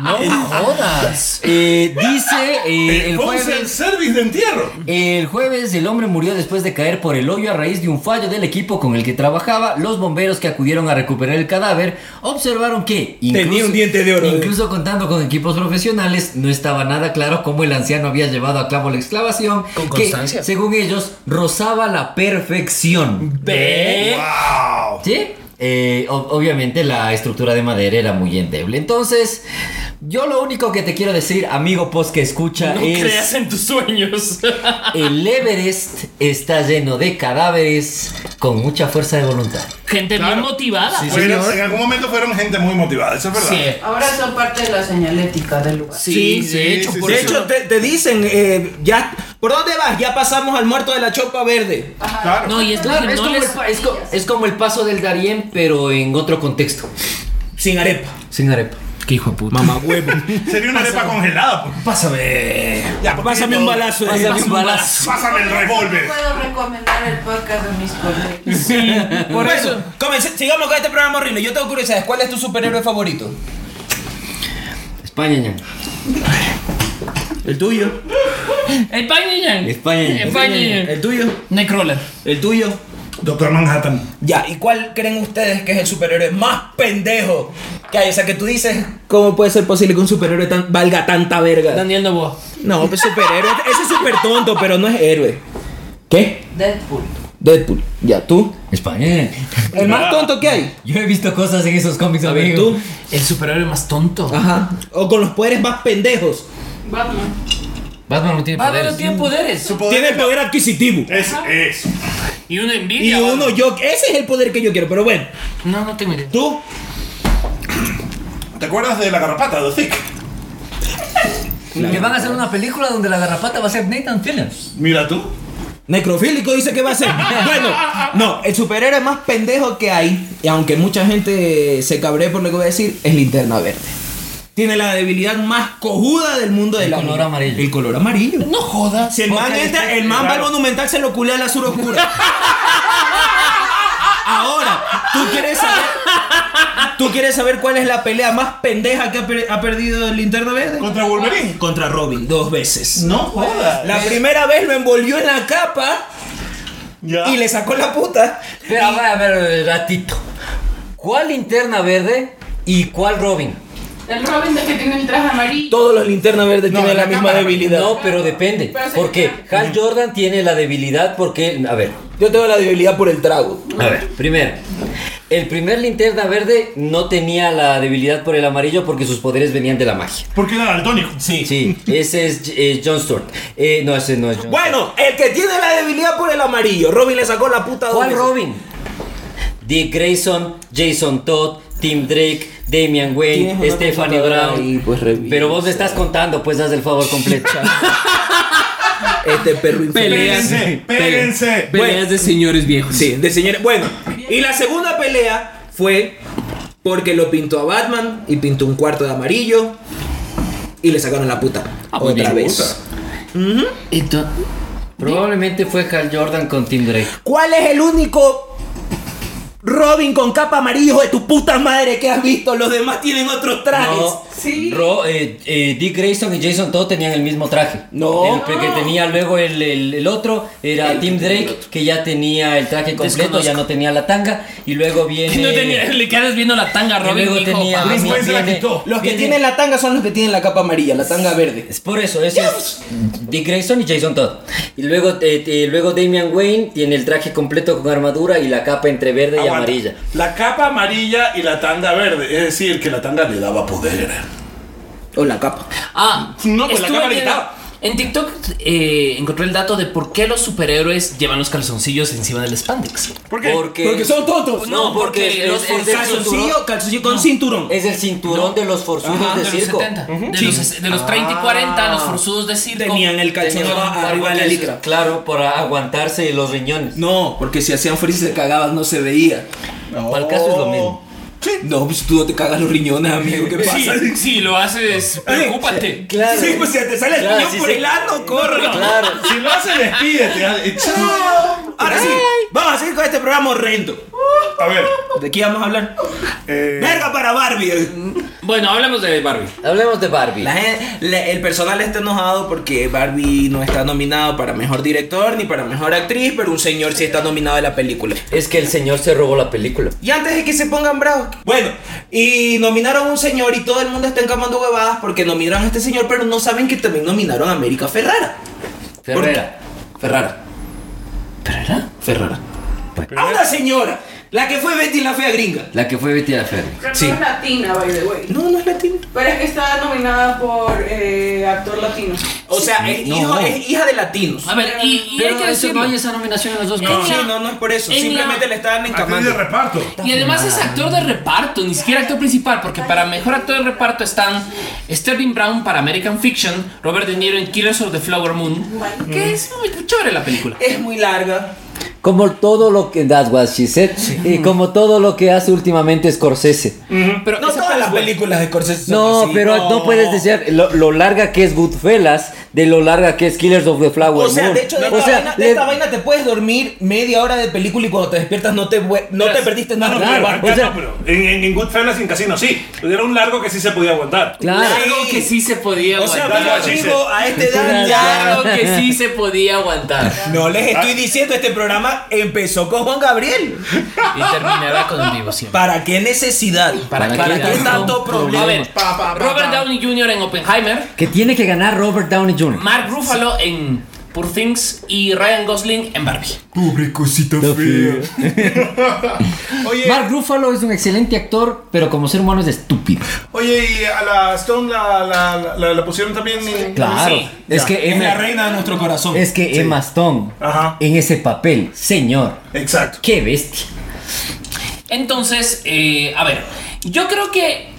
Speaker 2: No jodas. Eh, dice eh, el
Speaker 3: Ponce el
Speaker 2: jueves.
Speaker 3: service de entierro.
Speaker 2: El jueves el hombre murió después de caer por el hoyo a raíz de un fallo del equipo con el que trabajaba. Los bomberos que acudieron a recuperar el cadáver observaron que
Speaker 1: Tenía un diente de oro. eh.
Speaker 2: Incluso contando con equipos profesionales, no estaba nada claro cómo el anciano había llevado a cabo la excavación.
Speaker 1: Con
Speaker 2: que,
Speaker 1: constancia.
Speaker 2: según ellos, rozaba la perfección.
Speaker 4: Ve.
Speaker 3: ¡Wow!
Speaker 2: ¿Sí? Eh, ob- obviamente la estructura de madera era muy endeble. Entonces, yo lo único que te quiero decir, amigo post que escucha,
Speaker 4: No
Speaker 2: es...
Speaker 4: creas en tus sueños.
Speaker 2: El Everest está lleno de cadáveres con mucha fuerza de voluntad.
Speaker 4: Gente bien motivada.
Speaker 3: Fueron- Pues, en algún momento fueron gente muy motivada, eso es verdad.
Speaker 4: Sí.
Speaker 5: Ahora son parte de la señalética del lugar.
Speaker 4: Sí,
Speaker 3: Sí,
Speaker 4: de
Speaker 3: sí,
Speaker 4: hecho,
Speaker 3: sí,
Speaker 4: por
Speaker 1: De
Speaker 4: eso-
Speaker 1: hecho, te, te dicen, eh, ya, ¿por dónde vas? Ya pasamos al muerto de la chopa verde.
Speaker 3: Claro.
Speaker 4: No, y es
Speaker 2: Claro,
Speaker 4: que
Speaker 2: es
Speaker 4: no
Speaker 2: como, el,
Speaker 4: les-
Speaker 2: pa- es co- es como el paso del Darién, pero en otro contexto.
Speaker 1: Sin arepa.
Speaker 2: Sin arepa.
Speaker 4: Qué hijo de puta.
Speaker 1: Mamá huevo.
Speaker 3: Sería una arepa congelada. pues.
Speaker 1: Pásame.
Speaker 3: Ya,
Speaker 1: pásame
Speaker 3: papito.
Speaker 1: un balazo. de-
Speaker 2: Pásame un balazo.
Speaker 3: Pásame el revólver.
Speaker 5: Puedo recomendar el podcast de mis colegas.
Speaker 1: Por eso. Comencé- sigamos con este programa horrible. Yo tengo curiosidad. ¿Cuál es tu superhéroe favorito?
Speaker 2: España, ñam.
Speaker 1: El tuyo.
Speaker 4: El Pañiyan.
Speaker 2: España.
Speaker 4: El Pañiyan.
Speaker 1: El tuyo.
Speaker 4: Necroller.
Speaker 1: El tuyo.
Speaker 3: Doctor Manhattan.
Speaker 1: Ya, ¿y cuál creen ustedes que es el superhéroe más pendejo que hay? O sea, que tú dices, ¿cómo puede ser posible que un superhéroe tan, valga tanta verga?
Speaker 4: Daniel Novoa.
Speaker 1: No, pues superhéroe. Ese es súper tonto, pero no es héroe. ¿Qué?
Speaker 5: Deadpool.
Speaker 1: Deadpool. Ya, tú.
Speaker 2: España.
Speaker 1: El más tonto que hay.
Speaker 2: Yo he visto cosas en esos cómics,
Speaker 1: A ver,
Speaker 2: amigo.
Speaker 1: tú.
Speaker 4: El superhéroe más tonto.
Speaker 1: Ajá. O con los poderes más pendejos.
Speaker 5: Batman.
Speaker 2: Batman no tiene
Speaker 4: Batman
Speaker 2: poderes.
Speaker 4: no tiene poderes.
Speaker 3: Su poder
Speaker 1: Tiene el poder adquisitivo.
Speaker 3: es eso.
Speaker 4: Y una
Speaker 1: Y
Speaker 4: envidia.
Speaker 1: uno,
Speaker 4: Batman.
Speaker 1: yo. Ese es el poder que yo quiero, pero bueno.
Speaker 4: No, no tengo idea.
Speaker 1: Tú.
Speaker 3: ¿Te acuerdas de la garrapata de Thick?
Speaker 2: Que van a hacer una película donde la garrapata va a ser Nathan Fillions.
Speaker 3: Mira tú.
Speaker 1: Necrofílico dice que va a ser. Bueno, no, el superhéroe más pendejo que hay, y aunque mucha gente se cabree por lo que voy a decir, es linterna verde. Tiene la debilidad más cojuda del mundo de
Speaker 2: El
Speaker 1: la
Speaker 2: color amarillo.
Speaker 1: El color amarillo.
Speaker 4: No jodas.
Speaker 1: Si el man entra, el man va al monumental, se lo culea la sur oscura. Ahora, tú quieres saber. ¿Tú quieres saber cuál es la pelea más pendeja que ha, per- ha perdido el linterna verde?
Speaker 3: Contra Wolverine.
Speaker 1: Contra Robin, dos veces.
Speaker 3: No jodas.
Speaker 1: La primera vez lo envolvió en la capa
Speaker 3: Ya.
Speaker 1: y le sacó la puta.
Speaker 2: Pero a ver, a ver, ratito. ¿Cuál linterna verde y cuál Robin?
Speaker 5: El Robin de que tiene el traje amarillo.
Speaker 1: Todos los linternas verdes
Speaker 3: No,
Speaker 1: tienen la,
Speaker 3: la
Speaker 1: misma
Speaker 3: cámara.
Speaker 1: debilidad.
Speaker 2: No, pero depende.
Speaker 5: Pero sí,
Speaker 2: Porque
Speaker 5: claro.
Speaker 2: Hal Jordan tiene la debilidad porque. A ver,
Speaker 1: Yo tengo la debilidad por el trago.
Speaker 2: a ver. Primero, el primer linterna verde no tenía la debilidad por el amarillo porque sus poderes venían de la magia.
Speaker 3: Porque era daltónico.
Speaker 1: Sí.
Speaker 2: Sí, ese es eh, John Stewart. Eh, no, ese no es John
Speaker 1: Bueno, el que tiene la debilidad por el amarillo. Robin le sacó la puta
Speaker 2: Stewart.
Speaker 1: dos
Speaker 2: ¿Cuál
Speaker 1: veces.
Speaker 2: Robin? Dick Grayson, Jason Todd, Tim Drake, Damian
Speaker 1: Tienes
Speaker 2: Wayne,
Speaker 1: una
Speaker 2: Stephanie
Speaker 1: computadora ahí,
Speaker 2: Brown.
Speaker 1: pues, revisa.
Speaker 2: pero vos me estás contando, pues haz el favor completo.
Speaker 1: Este perro infeliz.
Speaker 3: Péguense, péguense.
Speaker 4: Peleas de señores viejos.
Speaker 1: Sí, de señores. Bueno, y la segunda pelea fue porque lo pintó a Batman y pintó un cuarto de amarillo y le sacaron la puta.
Speaker 4: muy
Speaker 1: Otra
Speaker 4: bien,
Speaker 1: vez.
Speaker 2: Ento- Probablemente fue Hal Jordan con Tim Drake.
Speaker 1: ¿Cuál es el único Robin con capa amarillo de tu puta madre que has visto? Los demás tienen otros trajes.
Speaker 2: No,
Speaker 5: Sí.
Speaker 2: Ro- eh, eh, Dick Grayson y Jason Todd tenían el mismo traje.
Speaker 1: No.
Speaker 2: El pe- que tenía luego el, el- el otro era Tim Drake, que ya tenía el traje completo,
Speaker 4: Desconozco.
Speaker 2: ya no tenía la tanga. Y luego viene.
Speaker 4: No tenía- le quedas viendo la tanga a
Speaker 2: y
Speaker 4: Robin.
Speaker 2: luego
Speaker 4: hijo,
Speaker 2: eh, tenía.
Speaker 4: pa.
Speaker 3: Bruce Wayne se la
Speaker 2: viene-
Speaker 3: quitó.
Speaker 1: Los que
Speaker 2: viene-
Speaker 1: tienen la tanga son los que tienen la capa amarilla, la tanga verde.
Speaker 2: Es por eso, ese es Dick Grayson y Jason Todd. Y luego, eh, eh, luego Damian Wayne tiene el traje completo con armadura y la capa entre verde y
Speaker 3: Aguanta.
Speaker 2: amarilla.
Speaker 3: La capa amarilla y la tanga verde. Es decir, que la tanga le daba poder.
Speaker 1: O la capa.
Speaker 4: Ah,
Speaker 3: No, pues la
Speaker 4: estuve
Speaker 3: cámara
Speaker 4: viendo-
Speaker 3: quitaba.
Speaker 4: En TikTok eh, encontré el dato de por qué los superhéroes llevan los calzoncillos encima del spandex.
Speaker 3: ¿Por qué?
Speaker 2: Porque,
Speaker 1: Porque son tontos.
Speaker 2: No, porque,
Speaker 4: porque
Speaker 2: es-
Speaker 4: los
Speaker 2: es del
Speaker 1: Calzoncillo,
Speaker 2: cinturón-
Speaker 1: calzoncillo con cinturón.
Speaker 2: Es el cinturón de los forzudos
Speaker 4: Ah,
Speaker 2: de,
Speaker 4: de los
Speaker 2: circo.
Speaker 4: 70. De, los, de los 30 y 40, los forzudos de circo.
Speaker 1: Tenían el calzón
Speaker 4: tenían-
Speaker 1: abajo, arriba de la licra.
Speaker 2: Claro, para aguantarse los riñones.
Speaker 1: No, porque si hacían frizz se cagaban, no se veía.
Speaker 2: Para el caso es lo mismo.
Speaker 1: No, pues tú no te cagas los riñones, amigo, ¿qué pasa?
Speaker 4: Sí, sí, lo haces, preocúpate.
Speaker 2: Claro.
Speaker 1: Sí, pues si te sale el
Speaker 2: Claro,
Speaker 1: riñón
Speaker 2: sí,
Speaker 1: por
Speaker 2: sí.
Speaker 1: el ano, corre.
Speaker 2: Claro.
Speaker 3: Si lo hace, despídete. Chao.
Speaker 1: Ahora sí, vamos a seguir con este programa horrendo.
Speaker 3: A ver.
Speaker 1: ¿De qué vamos a hablar?
Speaker 3: eh,
Speaker 1: Verga para Barbie.
Speaker 4: Bueno, hablemos de Barbie.
Speaker 2: Hablemos de Barbie.
Speaker 1: La gen- la- el personal este está enojado porque Barbie no está nominado para mejor director ni para mejor actriz, pero un señor sí está nominado en la película.
Speaker 2: Es que el señor se robó la película.
Speaker 1: Y antes de que se pongan bravos. Bueno, y nominaron a un señor y todo el mundo está encamando huevadas porque nominaron a este señor, pero no saben que también nominaron a América Ferrara. ¿Por
Speaker 2: Ferrera.
Speaker 1: qué? Ferrara.
Speaker 2: ¿Ferrera?
Speaker 1: Ferrara. A una señora, la que fue Betty la fea gringa.
Speaker 2: La que fue Betty la Ferry.
Speaker 5: Pero
Speaker 1: Sí.
Speaker 5: no es latina, by the way.
Speaker 1: No, no es latina.
Speaker 5: Pero es que está nominada por eh, actor latino.
Speaker 1: O sea, es,
Speaker 2: No.
Speaker 1: hijo- es hija de latinos.
Speaker 4: A ver, y, y hay
Speaker 2: Pero
Speaker 4: que
Speaker 2: eso no
Speaker 4: decirlo. Eh,
Speaker 2: hay esa nominación en los dos
Speaker 1: No,
Speaker 2: casos.
Speaker 1: sí, no, no es por eso.
Speaker 4: en la-
Speaker 1: Simplemente le estaban
Speaker 3: Actriz
Speaker 1: encamando.
Speaker 3: de reparto.
Speaker 4: Y además es actor de reparto, ni siquiera actor principal, porque para mejor actor de reparto están Sterling Brown para American Fiction, Robert De Niro en Killers of the Flower Moon, que es muy muy chévere la película.
Speaker 1: Es muy larga.
Speaker 2: Como todo lo que. That's what she said. Y como todo lo que hace últimamente Scorsese.
Speaker 4: Pero
Speaker 1: No
Speaker 4: esa
Speaker 1: todas
Speaker 4: fue-
Speaker 1: las películas de Scorsese son
Speaker 2: No,
Speaker 1: así.
Speaker 2: pero no. puedes decir lo, lo larga que es Goodfellas de lo larga que es Killers of the Flower
Speaker 1: O sea,
Speaker 2: Moon.
Speaker 1: de hecho, de,
Speaker 2: O
Speaker 1: esta,
Speaker 2: sea,
Speaker 1: vaina, de
Speaker 2: le-
Speaker 1: esta vaina te puedes dormir media hora de película y cuando te despiertas no te, vue- no te perdiste nada.
Speaker 2: claro.
Speaker 3: Acá
Speaker 2: o sea-
Speaker 3: no, pero en, en, en Goodfellas y en Casino sí. Era un largo que sí se podía aguantar.
Speaker 2: Claro.
Speaker 4: Algo que sí se podía
Speaker 1: O sea,
Speaker 4: aguantar.
Speaker 3: Claro,
Speaker 1: pero
Speaker 3: sí,
Speaker 1: chico, a este edad ya...
Speaker 4: Algo que sí se podía aguantar.
Speaker 1: No
Speaker 3: Ah.
Speaker 1: les estoy diciendo, este programa empezó con Juan Gabriel.
Speaker 4: Y terminará con vivo siempre.
Speaker 1: ¿Para qué necesidad?
Speaker 4: ¿Para qué
Speaker 1: ¿Para qué tanto problema?
Speaker 4: A ver,
Speaker 5: Pa, pa, pa,
Speaker 4: Robert
Speaker 5: pa.
Speaker 4: Downey Jr. en Oppenheimer,
Speaker 2: Que tiene que ganar Robert Downey Jr.
Speaker 4: Mark Ruffalo en Poor Things y Ryan Gosling en Barbie.
Speaker 3: Pobre cosita Oye,
Speaker 2: Mark Ruffalo es un excelente actor, pero como ser humano es estúpido.
Speaker 3: oye, y a la Stone la, la, la, la- la pusieron también. en-
Speaker 2: Claro.
Speaker 4: Sí.
Speaker 2: Es
Speaker 1: Ya,
Speaker 2: que
Speaker 1: es la
Speaker 2: Emma,
Speaker 1: reina de nuestro corazón.
Speaker 2: es que Emma Stone
Speaker 3: Ajá.
Speaker 2: en ese papel, señor,
Speaker 3: Exacto.
Speaker 2: qué bestia.
Speaker 4: Entonces, eh, a ver, yo creo que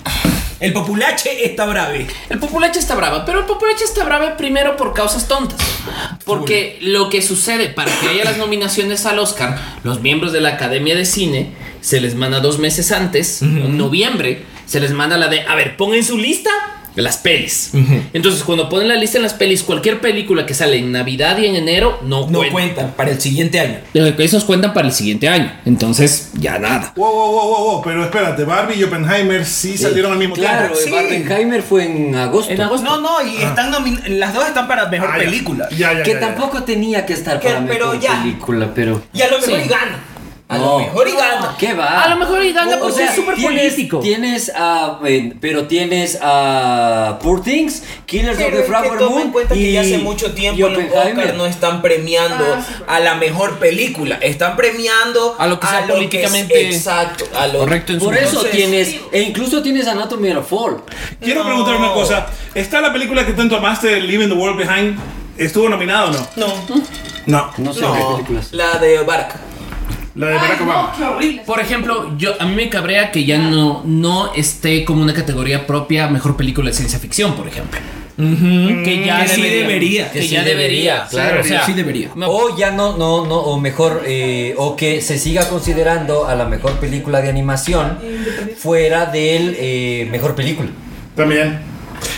Speaker 1: El populache está brave.
Speaker 4: El populacho está brava, pero el populacho está brava primero por causas tontas. Porque lo que sucede para que haya las nominaciones al Oscar, los miembros de la Academia de Cine se les manda dos meses antes, en noviembre, se les manda la de, a ver, pongan su lista las pelis. Entonces, cuando ponen la lista en las pelis, cualquier película que sale en Navidad y en enero no,
Speaker 1: No
Speaker 4: cuenta.
Speaker 1: cuentan para el siguiente año.
Speaker 4: Eh, Esos cuentan para el siguiente año. Entonces, ya nada.
Speaker 3: Wow, wow, wow, wow, wow, pero espérate, Barbie y Oppenheimer sí salieron al mismo
Speaker 2: Claro,
Speaker 3: tiempo.
Speaker 1: Sí.
Speaker 2: Barbenheimer fue en agosto.
Speaker 4: En agosto.
Speaker 1: No, no, y están nomin- las dos están para mejor
Speaker 3: Ah, ya.
Speaker 1: película.
Speaker 3: Ya, ya,
Speaker 2: que
Speaker 3: ya, ya.
Speaker 2: tampoco tenía que estar
Speaker 1: Que-
Speaker 2: para
Speaker 1: pero
Speaker 2: mejor
Speaker 1: ya.
Speaker 2: película, pero
Speaker 1: Y a lo mejor
Speaker 4: Sí.
Speaker 1: y gana. A lo
Speaker 2: No.
Speaker 1: mejor y gana.
Speaker 2: qué va.
Speaker 4: A lo mejor y
Speaker 2: O-
Speaker 4: gana
Speaker 2: o
Speaker 4: porque
Speaker 2: sea,
Speaker 4: es súper
Speaker 2: tienes-
Speaker 4: político.
Speaker 2: Tienes a eh, pero tienes a Poor Things, Killers
Speaker 1: Pero
Speaker 2: of the
Speaker 1: es que
Speaker 2: Flower
Speaker 1: toma
Speaker 2: Moon
Speaker 1: en cuenta que
Speaker 2: y-
Speaker 1: ya hace mucho
Speaker 2: y
Speaker 1: tiempo los
Speaker 2: Oppenheimer.
Speaker 1: Oscar no están premiando
Speaker 5: Ah, sí.
Speaker 1: a la mejor película, están premiando
Speaker 4: A lo que sea
Speaker 1: es-
Speaker 4: políticamente
Speaker 1: exacto, a lo
Speaker 4: correcto en su
Speaker 2: Por eso
Speaker 1: Entonces,
Speaker 2: tienes e incluso tienes Anatomy of a Fall.
Speaker 3: Quiero
Speaker 1: No.
Speaker 3: preguntar una cosa. ¿Está la película que tanto amaste, Leaving the World Behind? ¿Estuvo nominada o no?
Speaker 1: no,
Speaker 3: No.
Speaker 2: No sé qué
Speaker 1: no,
Speaker 2: películas.
Speaker 1: la de Barca.
Speaker 3: La de Barack
Speaker 5: Ay,
Speaker 3: Obama.
Speaker 5: no, qué horrible.
Speaker 4: Por ejemplo, yo a mí me cabrea que ya no, no esté como una categoría propia mejor película de ciencia ficción, por ejemplo. Que ya
Speaker 1: Que sí debería.
Speaker 4: Que,
Speaker 2: Que
Speaker 4: ya
Speaker 2: sí debería,
Speaker 4: debería, claro.
Speaker 3: sí debería.
Speaker 4: o sea,
Speaker 1: Sí debería.
Speaker 4: me-
Speaker 2: O ya no, no, no, o mejor, eh, o que se siga considerando a la mejor película de animación fuera del eh, mejor película.
Speaker 3: También.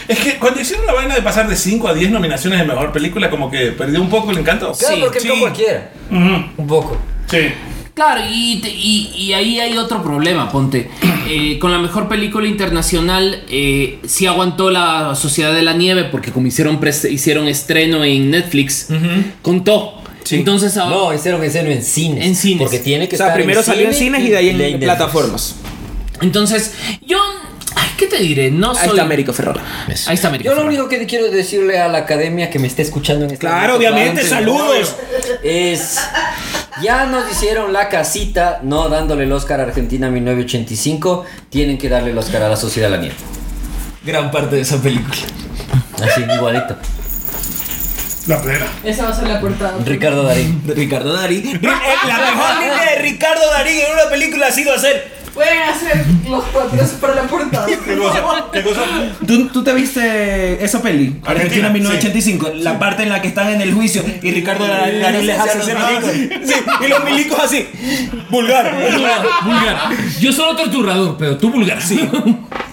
Speaker 3: Es que cuando hicieron la vaina de pasar de 5 a 10 nominaciones de mejor película, como que perdió un poco el encanto.
Speaker 2: Claro,
Speaker 4: Sí,
Speaker 2: porque es
Speaker 1: sí.
Speaker 2: como cualquiera.
Speaker 3: Ujú.
Speaker 2: Un poco.
Speaker 3: Sí.
Speaker 4: Claro, y, te- y- y ahí hay otro problema, ponte. Eh, con la mejor película internacional eh, sí aguantó la Sociedad de la Nieve porque como hicieron, pres- hicieron estreno en Netflix, contó. Entonces ahora...
Speaker 2: No, hicieron estreno en cines.
Speaker 4: En cines.
Speaker 2: Porque tiene que
Speaker 1: O sea,
Speaker 2: estar
Speaker 1: primero salió en
Speaker 2: cine
Speaker 1: cines y de ahí en
Speaker 2: Netflix.
Speaker 1: plataformas.
Speaker 4: Entonces, yo... ay, ¿Qué te diré? No soy...
Speaker 1: Ahí está Américo Ferrara.
Speaker 4: Ahí está América
Speaker 2: Yo lo
Speaker 4: Ferrara.
Speaker 2: único que quiero decirle a la academia que me está escuchando en este
Speaker 1: Claro,
Speaker 2: momento,
Speaker 1: obviamente,
Speaker 2: claramente,
Speaker 1: saludos.
Speaker 2: Es. Ya nos hicieron la casita, no dándole el Oscar a Argentina 1985. Tienen que darle el Oscar a la Sociedad de la Nieve.
Speaker 1: Gran parte de esa película.
Speaker 2: Así, igualito.
Speaker 3: La plena.
Speaker 5: Esa va a ser la portada.
Speaker 2: Ricardo Darín.
Speaker 1: Ricardo Darín. Ri- eh, La mejor línea de Ricardo Darín en una película ha sido hacer.
Speaker 5: Pueden hacer los patrones para la portada.
Speaker 3: ¿Qué cosa? ¿Qué cosa?
Speaker 1: ¿Tú, tú te viste esa peli? Argentina
Speaker 3: Argentina,
Speaker 1: 1985. La parte en la que están en el juicio y Ricardo Dar- Darín les hace hacer milicos. Sí, y los milicos así. Vulgar.
Speaker 4: Vulgar, vulgar. Yo solo torturador, pero tú vulgar. Sí.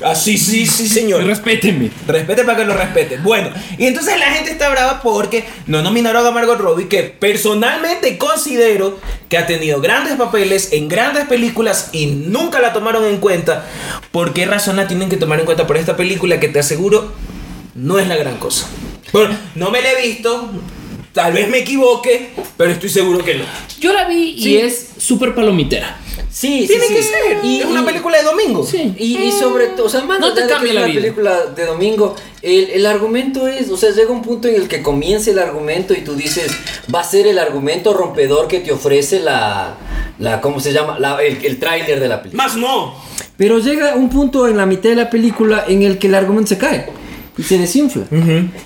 Speaker 1: Así, sí, sí, señor.
Speaker 4: Respéteme.
Speaker 1: Respete para que lo respete. Bueno, y entonces la gente está brava porque no nominaron a Margot Robbie, que personalmente considero que ha tenido grandes papeles en grandes películas y nunca la tomaron en cuenta. ¿Por qué razón la tienen que tomar en cuenta por esta película que te aseguro no es la gran cosa? Bueno, no me la he visto, tal vez me equivoque, pero estoy seguro que no.
Speaker 4: Yo la vi y es súper palomitera.
Speaker 2: Sí, sí,
Speaker 1: Tiene
Speaker 2: sí.
Speaker 1: que ser,
Speaker 2: Y-
Speaker 1: es una
Speaker 2: y-
Speaker 1: película de domingo.
Speaker 2: Y, y sobre todo, o sea, más
Speaker 4: No
Speaker 2: allá
Speaker 4: te
Speaker 2: de que
Speaker 4: cambia
Speaker 2: es
Speaker 4: la
Speaker 2: una
Speaker 4: vida.
Speaker 2: película de domingo, el, el argumento es, o sea, llega un punto en el que comienza el argumento y tú dices, va a ser el argumento rompedor que te ofrece la, la ¿cómo se llama? La- el, el tráiler de la película.
Speaker 1: Más no.
Speaker 2: Pero llega un punto en la mitad de la película en el que el argumento se cae y se desinfla.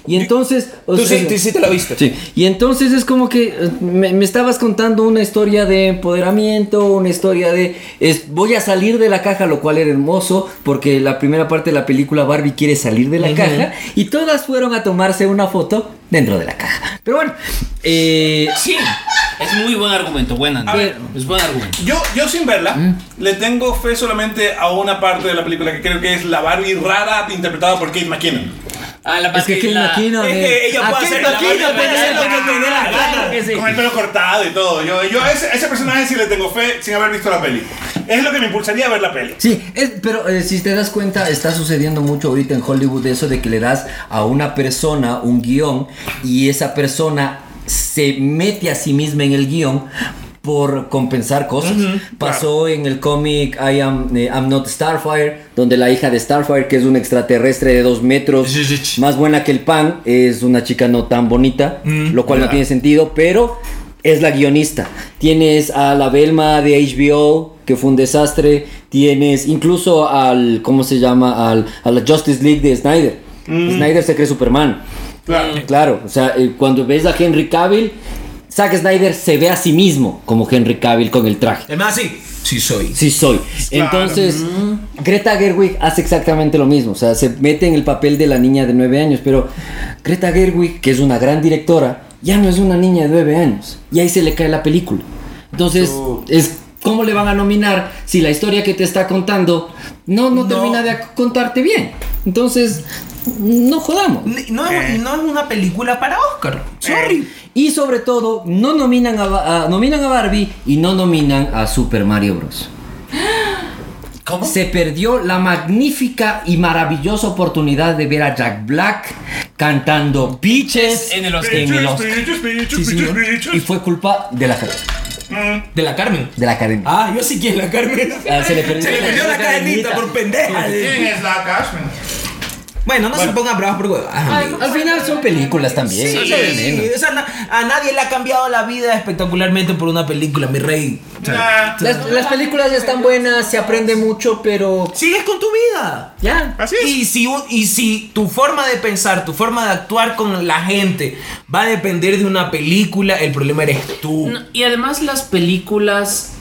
Speaker 2: Y entonces, o
Speaker 1: Tú sí,
Speaker 2: sea,
Speaker 1: tú sí te la viste.
Speaker 2: Oh, Sí, y entonces es como que eh, me, me estabas contando una historia de empoderamiento, una historia de es, voy a salir de la caja, lo cual era hermoso, porque la primera parte de la película Barbie quiere salir de la caja, y todas fueron a tomarse una foto dentro de la caja. Pero bueno, eh,
Speaker 4: Sí. Es muy buen argumento, buena.
Speaker 3: A ver.
Speaker 4: Es buen argumento.
Speaker 3: Yo, yo sin verla,
Speaker 1: ¿Mm?
Speaker 3: le tengo fe solamente a una parte de la película que creo que es la Barbie rara interpretada por Kate McKinnon.
Speaker 4: Ah, la
Speaker 2: es que Kate McKinnon
Speaker 1: Es
Speaker 2: es-
Speaker 1: que ella
Speaker 2: ¿a
Speaker 1: puede
Speaker 2: Kate
Speaker 1: hacer la
Speaker 2: McKinnon
Speaker 1: Barbie
Speaker 2: puede hacer lo que
Speaker 1: rara?
Speaker 2: te dé la gana?
Speaker 3: Con el pelo cortado y todo. Yo, yo a, ese, a ese personaje sí le tengo fe sin haber visto la peli. Es lo que me impulsaría a ver la peli.
Speaker 2: Sí, es- pero eh, si te das cuenta, está sucediendo mucho ahorita en Hollywood eso de que le das a una persona un guión y esa persona se mete a sí misma en el guión por compensar cosas. Pasó en el cómic I Am eh, I'm Not Starfire, donde la hija de Starfire, que es un extraterrestre de dos metros,
Speaker 4: Sí, sí, sí.
Speaker 2: más buena que el pan, es una chica no tan bonita,
Speaker 4: Mm.
Speaker 2: lo cual no tiene sentido, pero es la guionista. Tienes a la Belma de HBO, que fue un desastre. Tienes incluso al, ¿cómo se llama? Al, a la Justice League de Snyder.
Speaker 4: Mm.
Speaker 2: Snyder se cree Superman.
Speaker 3: Claro.
Speaker 2: Claro, o sea, eh, cuando ves a Henry Cavill, Zack Snyder se ve a sí mismo como Henry Cavill con el traje.
Speaker 1: Es más, sí. Sí soy.
Speaker 2: Sí soy.
Speaker 3: Claro.
Speaker 2: Entonces, Greta Gerwig hace exactamente lo mismo. O sea, se mete en el papel de la niña de nueve años. Pero Greta Gerwig, que es una gran directora, ya no es una niña de nueve años. Y ahí se le cae la película. Entonces, es ¿cómo le van a nominar si la historia que te está contando no, no,
Speaker 1: No.
Speaker 2: termina de contarte bien? Entonces, no jodamos.
Speaker 1: Ni- No es, no es una película para Oscar. Sorry.
Speaker 2: Eh, Y sobre todo, no nominan a, Ba- a- nominan a Barbie y no nominan a Super Mario Bros.
Speaker 4: ¿Cómo?
Speaker 2: Se perdió la magnífica y maravillosa oportunidad de ver a Jack Black cantando Bitches
Speaker 4: En el Oscar.
Speaker 2: en el Oscar.
Speaker 3: Pichus, pichus,
Speaker 1: Sí,
Speaker 3: pichus,
Speaker 1: señor.
Speaker 3: pichus.
Speaker 2: Y fue culpa de la,
Speaker 1: De la Carmen.
Speaker 2: de la academia.
Speaker 1: Ah, yo sí que es la Carmen.
Speaker 2: Ah, se le perdió,
Speaker 1: Se le perdió la cadenita por pendeja.
Speaker 3: ¿Quién es la Cashman?
Speaker 1: Bueno, no se pongan bravos por huevadas. amigo.
Speaker 2: Al final son películas también. no
Speaker 1: Sí,
Speaker 2: son de menos.
Speaker 1: o sea, na- a nadie le ha cambiado la vida espectacularmente por una película, mi rey.
Speaker 3: Nah.
Speaker 2: Las, las películas están buenas, se aprende mucho, pero
Speaker 1: Sigues con tu vida.
Speaker 2: ya.
Speaker 3: Así es.
Speaker 1: Y si, un- y si tu forma de pensar, tu forma de actuar con la gente va a depender de una película, el problema eres tú.
Speaker 4: No, y además las películas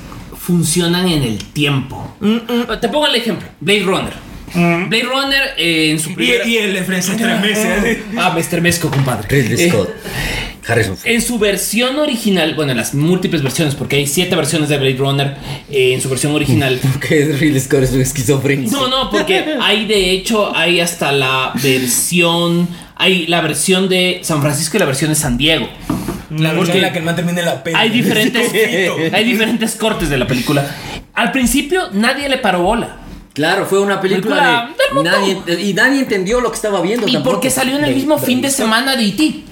Speaker 4: funcionan en el tiempo. Te pongo el ejemplo, Blade Runner. Blade Runner eh, en su
Speaker 1: Y,
Speaker 4: primera...
Speaker 1: y el de Francis tres meses.
Speaker 4: Ah, me estremezco, compadre.
Speaker 2: Ridley
Speaker 4: Eh,
Speaker 2: Scott, Harrison Ford.
Speaker 4: En su versión original, bueno, en las múltiples versiones, porque hay siete versiones de Blade Runner, eh, en su versión original.
Speaker 2: Que es Ridley Scott es un esquizofrénico.
Speaker 4: No, no, porque hay de hecho, hay hasta la versión, hay la versión de San Francisco y la versión de San Diego.
Speaker 1: La
Speaker 4: Porque-
Speaker 1: versión en la que el man termina en la pena.
Speaker 4: Hay diferentes, hay diferentes cortes de la película. Al principio nadie le paró bola.
Speaker 2: Claro, fue una película,
Speaker 4: Película
Speaker 2: de.
Speaker 4: del
Speaker 2: Nadie, y nadie entendió lo que estaba viendo.
Speaker 4: Y
Speaker 2: tampoco.
Speaker 4: porque salió en el
Speaker 2: Del-
Speaker 4: mismo
Speaker 2: del-
Speaker 4: fin de semana de IT.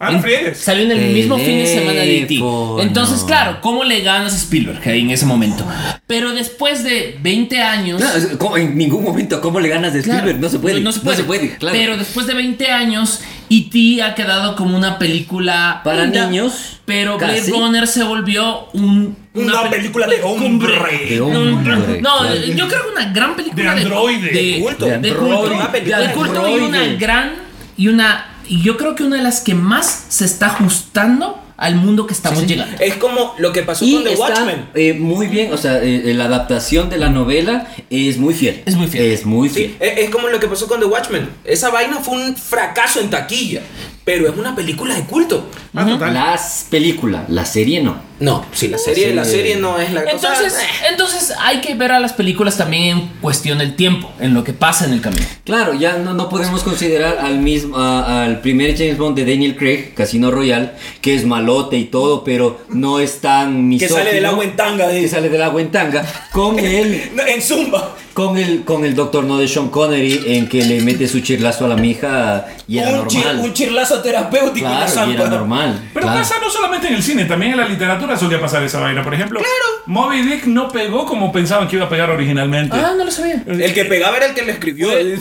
Speaker 3: Ah, no friegues.
Speaker 4: Salió en el mismo fin de semana de IT.
Speaker 2: Teléfono.
Speaker 4: Entonces, claro, ¿cómo le ganas a Spielberg ahí en ese momento? Pero después de 20 años.
Speaker 2: No, es- como en ningún momento, ¿cómo le ganas de
Speaker 4: Claro,
Speaker 2: Spielberg? no se puede.
Speaker 4: No se puede.
Speaker 2: claro.
Speaker 4: Pero después de 20 años, E.T. ha quedado como una película.
Speaker 2: Para
Speaker 4: linda,
Speaker 2: niños,
Speaker 4: Pero Blade
Speaker 2: casi.
Speaker 4: Runner se volvió un.
Speaker 1: Una
Speaker 4: peli-
Speaker 1: película de hombre.
Speaker 2: De
Speaker 4: No,
Speaker 2: hombre,
Speaker 4: No,
Speaker 2: claro.
Speaker 4: yo creo que una gran película.
Speaker 3: De androide, de
Speaker 1: culto.
Speaker 4: De,
Speaker 2: De
Speaker 4: culto.
Speaker 2: androide,
Speaker 1: una película
Speaker 4: de
Speaker 1: de
Speaker 4: culto y una
Speaker 2: androide.
Speaker 4: gran. Y una. Y yo creo que una de las que más se está ajustando al mundo que estamos llegando.
Speaker 1: Es como lo que pasó con
Speaker 2: Y
Speaker 1: The
Speaker 2: está
Speaker 1: Watchmen.
Speaker 2: eh, muy bien, o sea, eh, eh, la adaptación de la novela es muy fiel.
Speaker 4: Es muy fiel.
Speaker 2: Es muy
Speaker 1: Sí,
Speaker 2: fiel.
Speaker 1: es, es como lo que pasó con The Watchmen. Esa vaina fue un fracaso en taquilla, pero es una película de culto.
Speaker 3: Ah, total.
Speaker 2: Las películas, la serie no.
Speaker 1: No, si la serie,
Speaker 2: Sí.
Speaker 1: la serie no es la
Speaker 4: Entonces,
Speaker 1: o sea, eh.
Speaker 4: entonces hay que ver a las películas también en cuestión del tiempo, en lo que pasa en el camino.
Speaker 2: Claro, ya no, no podemos considerar al mismo a- al primer James Bond de Daniel Craig, Casino Royale, que es malote y todo, pero no es tan
Speaker 1: que
Speaker 2: misógino.
Speaker 1: sale del agua en tanga
Speaker 2: que
Speaker 1: de,
Speaker 2: sale del agua en tanga con el
Speaker 1: No, en Zumba.
Speaker 2: con el con el doctor no de Sean Connery en que le mete su chirlazo a la mija y era
Speaker 1: Un, chir- un
Speaker 2: normal.
Speaker 1: chirlazo terapéutico en la
Speaker 2: Claro, y
Speaker 1: zampa.
Speaker 2: era normal.
Speaker 3: Pero
Speaker 2: claro.
Speaker 3: pasa no solamente en el cine, también en la literatura solía pasar esa vaina. Por ejemplo, Moby Dick no pegó como pensaban que iba a pegar originalmente.
Speaker 4: Ah, no lo sabía.
Speaker 1: El que pegaba era el que lo escribió.
Speaker 3: Eh,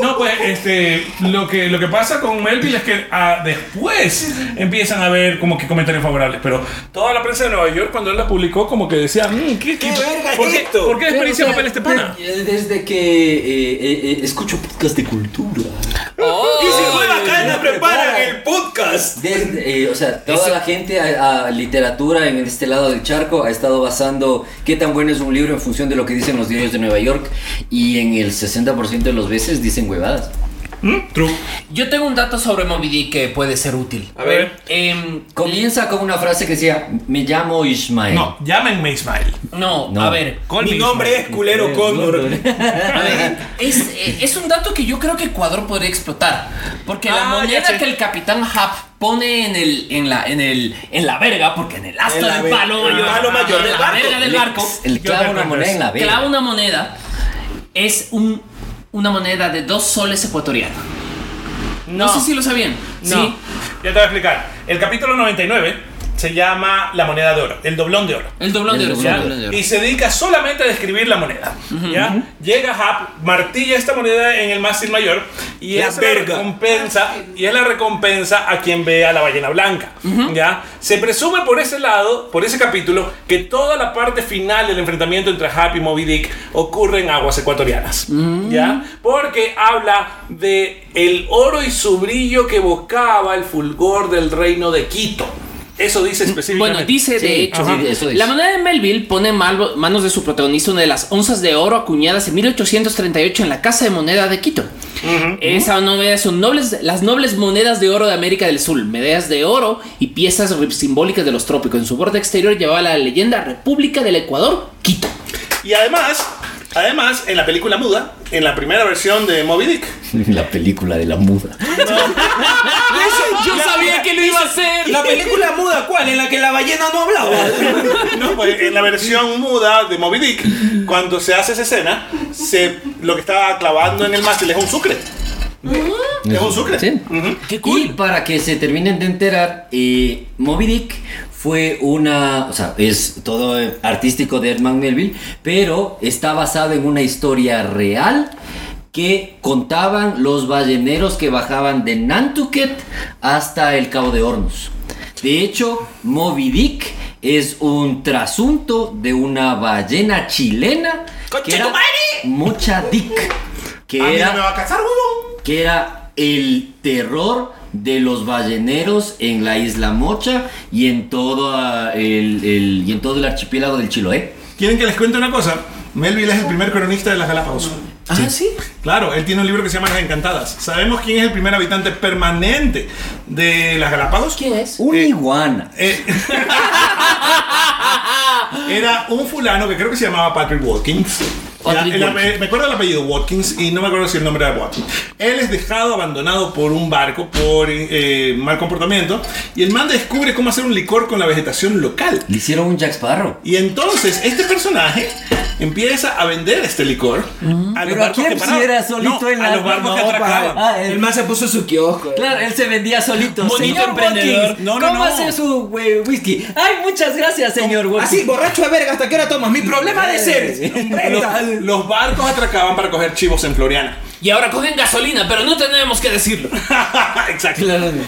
Speaker 3: No, pues este, lo, que, lo que pasa con Melville es que ah, después empiezan a ver como que comentarios favorables, pero toda la prensa de Nueva York cuando él la publicó como que decía, "Mm, ¿qué,
Speaker 1: ¿Qué verga es
Speaker 3: ¿por, qué,
Speaker 1: esto?"
Speaker 3: ¿por qué
Speaker 2: Pero,
Speaker 3: desperdicia
Speaker 2: o sea,
Speaker 3: papel este pana?
Speaker 2: de- Desde que eh, eh, eh, escucho podcast de cultura.
Speaker 1: y si fue
Speaker 2: no
Speaker 1: bacana, preparan
Speaker 2: prepara.
Speaker 1: el podcast.
Speaker 2: Desde, eh, o sea, toda la gente a, a literatura en este lado del charco ha estado basando qué tan bueno es un libro en función de lo que dicen los diarios de Nueva York y en el 60% de las veces dicen huevadas.
Speaker 3: True.
Speaker 4: Yo tengo un dato sobre Moby Dick que puede ser útil.
Speaker 1: A ver.
Speaker 4: Em,
Speaker 2: Comienza con una frase que decía, me llamo Ismael.
Speaker 3: No, llámenme Ismael.
Speaker 4: no,
Speaker 2: No.
Speaker 4: a ver.
Speaker 3: Call me
Speaker 1: Mi nombre es
Speaker 2: Eh,
Speaker 1: Culero Cóndor.
Speaker 4: A ver, es, eh, es un dato que yo creo que Ecuador podría explotar. Porque la
Speaker 3: Ah, ya
Speaker 4: moneda
Speaker 3: sé.
Speaker 4: que el capitán Hap pone en el en la en el en la verga, porque en el
Speaker 1: En
Speaker 4: asta
Speaker 1: la
Speaker 4: del
Speaker 1: ver-
Speaker 4: palo,
Speaker 1: el
Speaker 4: yo-
Speaker 1: palo mayor
Speaker 4: en
Speaker 1: del
Speaker 4: la
Speaker 1: barco.
Speaker 4: verga del
Speaker 2: Le-
Speaker 4: barco,
Speaker 2: El clava una moneda en la vela.
Speaker 4: clava una moneda es un una moneda de dos soles ecuatoriana. No, sé si lo sabían. Sí.
Speaker 3: Ya te voy a explicar. El capítulo 99 se llama La moneda de oro, el doblón de oro.
Speaker 4: El doblón
Speaker 2: El
Speaker 4: de oro.
Speaker 2: doblón
Speaker 3: ¿ya?
Speaker 2: de oro. Moneda
Speaker 3: Y se dedica solamente a describir la moneda. ¿ya? Llega Hap, martilla esta moneda en el mástil mayor y
Speaker 1: La
Speaker 3: es
Speaker 1: verga.
Speaker 3: la recompensa y es la recompensa a quien vea la ballena blanca. ¿ya? Se presume por ese lado, por ese capítulo, que toda la parte final del enfrentamiento entre Hap y Moby Dick ocurre en aguas ecuatorianas. ¿ya? Porque habla de el oro y su brillo que evocaba el fulgor del reino de Quito. Eso dice específicamente.
Speaker 4: Bueno, dice
Speaker 2: Sí,
Speaker 4: de hecho.
Speaker 2: ajá. sí, eso dice.
Speaker 4: La moneda de Melville pone en mal- manos de su protagonista una de las onzas de oro acuñadas en 1838 en la Casa de Moneda de Quito. Esa moneda son nobles, las nobles monedas de oro de América del Sur, medallas de oro y piezas re- simbólicas de los trópicos. En su borde exterior llevaba la leyenda República del Ecuador, Quito.
Speaker 3: Y además, además, en la película muda, en la primera versión de Moby Dick.
Speaker 2: La película de la muda.
Speaker 4: Ah, Yo sabía que lo iba a hacer.
Speaker 1: La película muda, ¿cuál? En la que la ballena no hablaba.
Speaker 3: No, pues, en la versión muda de Moby Dick, cuando se hace esa escena, se, lo que estaba clavando en el mástil es un sucre. Es un sucre.
Speaker 2: Sí.
Speaker 3: Ujú.
Speaker 2: Y para que se terminen de enterar, eh, Moby Dick fue una, o sea, es todo eh, artístico de Herman Melville, pero está basado en una historia real que contaban los balleneros que bajaban de Nantucket hasta el Cabo de Hornos. De hecho, Moby Dick es un trasunto de una ballena chilena que era Mucha Dick, que
Speaker 3: A mí
Speaker 2: era
Speaker 3: Ah, no me va a casar, huevón.
Speaker 2: que era el terror de los balleneros en la isla Mocha y en todo ah, el, el- y en todo el archipiélago del Chiloé.
Speaker 3: ¿Quieren que les cuente una cosa? Melville es el primer cronista de las Galápagos.
Speaker 4: Ah, sí.
Speaker 3: Claro, él tiene un libro que se llama Las Encantadas. ¿Sabemos quién es el primer habitante permanente de las Galápagos?
Speaker 4: ¿Quién es?
Speaker 2: Una
Speaker 3: Eh,
Speaker 2: iguana.
Speaker 3: Eh, era un fulano que creo que se llamaba Patrick Watkins. Ya,
Speaker 4: Patrick
Speaker 3: el-
Speaker 4: Wilson.
Speaker 3: me acuerdo del apellido Watkins y no me acuerdo si el nombre era Watkins. Él es dejado abandonado por un barco por eh, mal comportamiento y el man descubre cómo hacer un licor con la vegetación local.
Speaker 2: Le hicieron un Jack Sparrow.
Speaker 3: Y entonces este personaje empieza a vender este licor a
Speaker 2: Mm.
Speaker 3: los
Speaker 2: Pero ¿a
Speaker 3: barcos que
Speaker 2: quién
Speaker 3: paraban.
Speaker 2: si era solito
Speaker 3: No,
Speaker 2: en la
Speaker 3: a los barcos que
Speaker 2: no,
Speaker 3: atracaban.
Speaker 2: para- ah,
Speaker 1: El
Speaker 2: él-
Speaker 1: más se puso su kiosco.
Speaker 2: Claro, él se vendía solito.
Speaker 4: Bonito
Speaker 2: señor
Speaker 4: emprendedor.
Speaker 2: Watkins,
Speaker 3: No, no,
Speaker 2: ¿Cómo
Speaker 3: no.
Speaker 2: hace su eh, whisky? Ay, muchas gracias, señor Watkins.
Speaker 1: Así, borracho de verga, ¿hasta qué hora tomas? Mi problema de ser.
Speaker 3: Los, los barcos atracaban para coger chivos en Floriana.
Speaker 4: Y ahora cogen gasolina, pero no tenemos que decirlo.
Speaker 3: Exacto.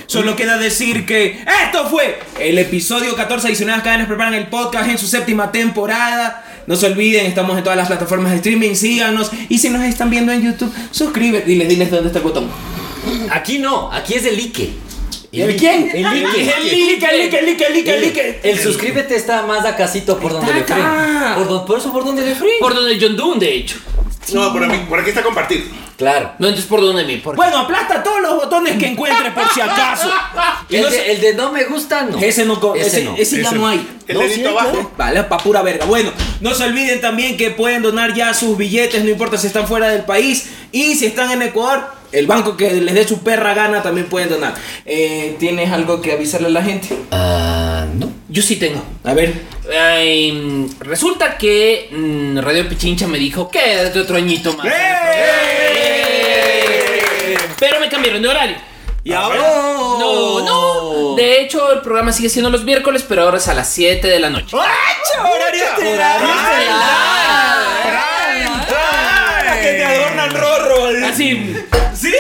Speaker 1: Solo queda decir que esto fue el episodio 14 de Nuevas Cadenas Preparan el Podcast en su séptima temporada. No se olviden, estamos en todas las plataformas de streaming, síganos. Y si nos están viendo en YouTube, suscríbete. Diles, diles dónde está el botón.
Speaker 2: Aquí no, aquí es el Ike.
Speaker 1: ¿El quién?
Speaker 2: El Ike.
Speaker 1: El like, el like, el like, el like, el like.
Speaker 2: El suscríbete está más acasito por donde le
Speaker 1: acá.
Speaker 2: fríen. Por, don- por eso por donde le fríen.
Speaker 4: Por donde John Doon, de hecho.
Speaker 3: No, por, aquí- por aquí está compartir.
Speaker 2: Claro.
Speaker 4: No, entonces por donde mí. Por...
Speaker 1: Bueno, aplasta todos los botones que encuentres por si acaso. Y
Speaker 2: El,
Speaker 1: no se-
Speaker 2: de, el de no me gusta no.
Speaker 1: Ese no, co-
Speaker 2: Ese
Speaker 1: ese,
Speaker 2: no.
Speaker 1: ese ya
Speaker 3: Ese
Speaker 1: no
Speaker 3: no.
Speaker 1: hay.
Speaker 3: El
Speaker 1: No,
Speaker 3: dedito
Speaker 1: ¿cierto?
Speaker 3: abajo.
Speaker 1: Pues, Vale, pa' pura verga. Bueno, no se olviden también que pueden donar ya sus billetes, no importa si están fuera del país y si están en Ecuador, el banco que les dé su perra gana también pueden donar. Eh, ¿Tienes algo que avisarle a la gente?
Speaker 2: Ah, no.
Speaker 4: Yo sí tengo.
Speaker 1: A ver.
Speaker 4: Ay, resulta que mm, Radio Pichincha me dijo quédate otro añito más. en el
Speaker 1: ¡Eh!
Speaker 4: programa". Pero me cambiaron de horario.
Speaker 1: Y ahora.
Speaker 4: No, no. De hecho, el programa sigue siendo los miércoles, pero ahora es a las 7 de la noche.
Speaker 1: ¡Horario
Speaker 2: Ay,
Speaker 1: estelar! ¡Ah, ¡Que te adornan rorro!
Speaker 4: Así.
Speaker 1: ¿Sí?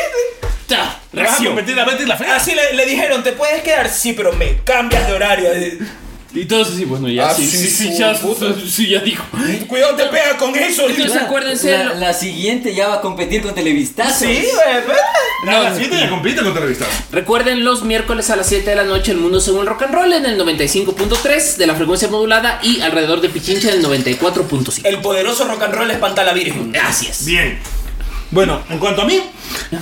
Speaker 4: ta,
Speaker 3: Vas a
Speaker 4: ración.
Speaker 3: competir a Betty la Fea.
Speaker 1: Así le, le dijeron, te puedes quedar, sí, pero me cambias de horario.
Speaker 4: Y todos así, bueno, ya
Speaker 1: Ah,
Speaker 4: sí,
Speaker 1: sí,
Speaker 4: sí, sí,
Speaker 1: su
Speaker 4: ya,
Speaker 1: puta.
Speaker 4: sí, ya dijo.
Speaker 1: Cuidado, te pega con eso.
Speaker 4: Entonces acuérdense.
Speaker 2: La, la siguiente ya va a competir con Televistazos.
Speaker 1: Sí, bebé.
Speaker 3: A las 7 ya compite con entrevistados.
Speaker 4: Recuerden los miércoles a las 7 de la noche el mundo según rock and roll en el 95.3 de la frecuencia modulada y alrededor de Pichincha en el 94.5.
Speaker 1: El poderoso rock and roll espanta a la virgen.
Speaker 4: Así es.
Speaker 3: Bien. Bueno, en cuanto a mí,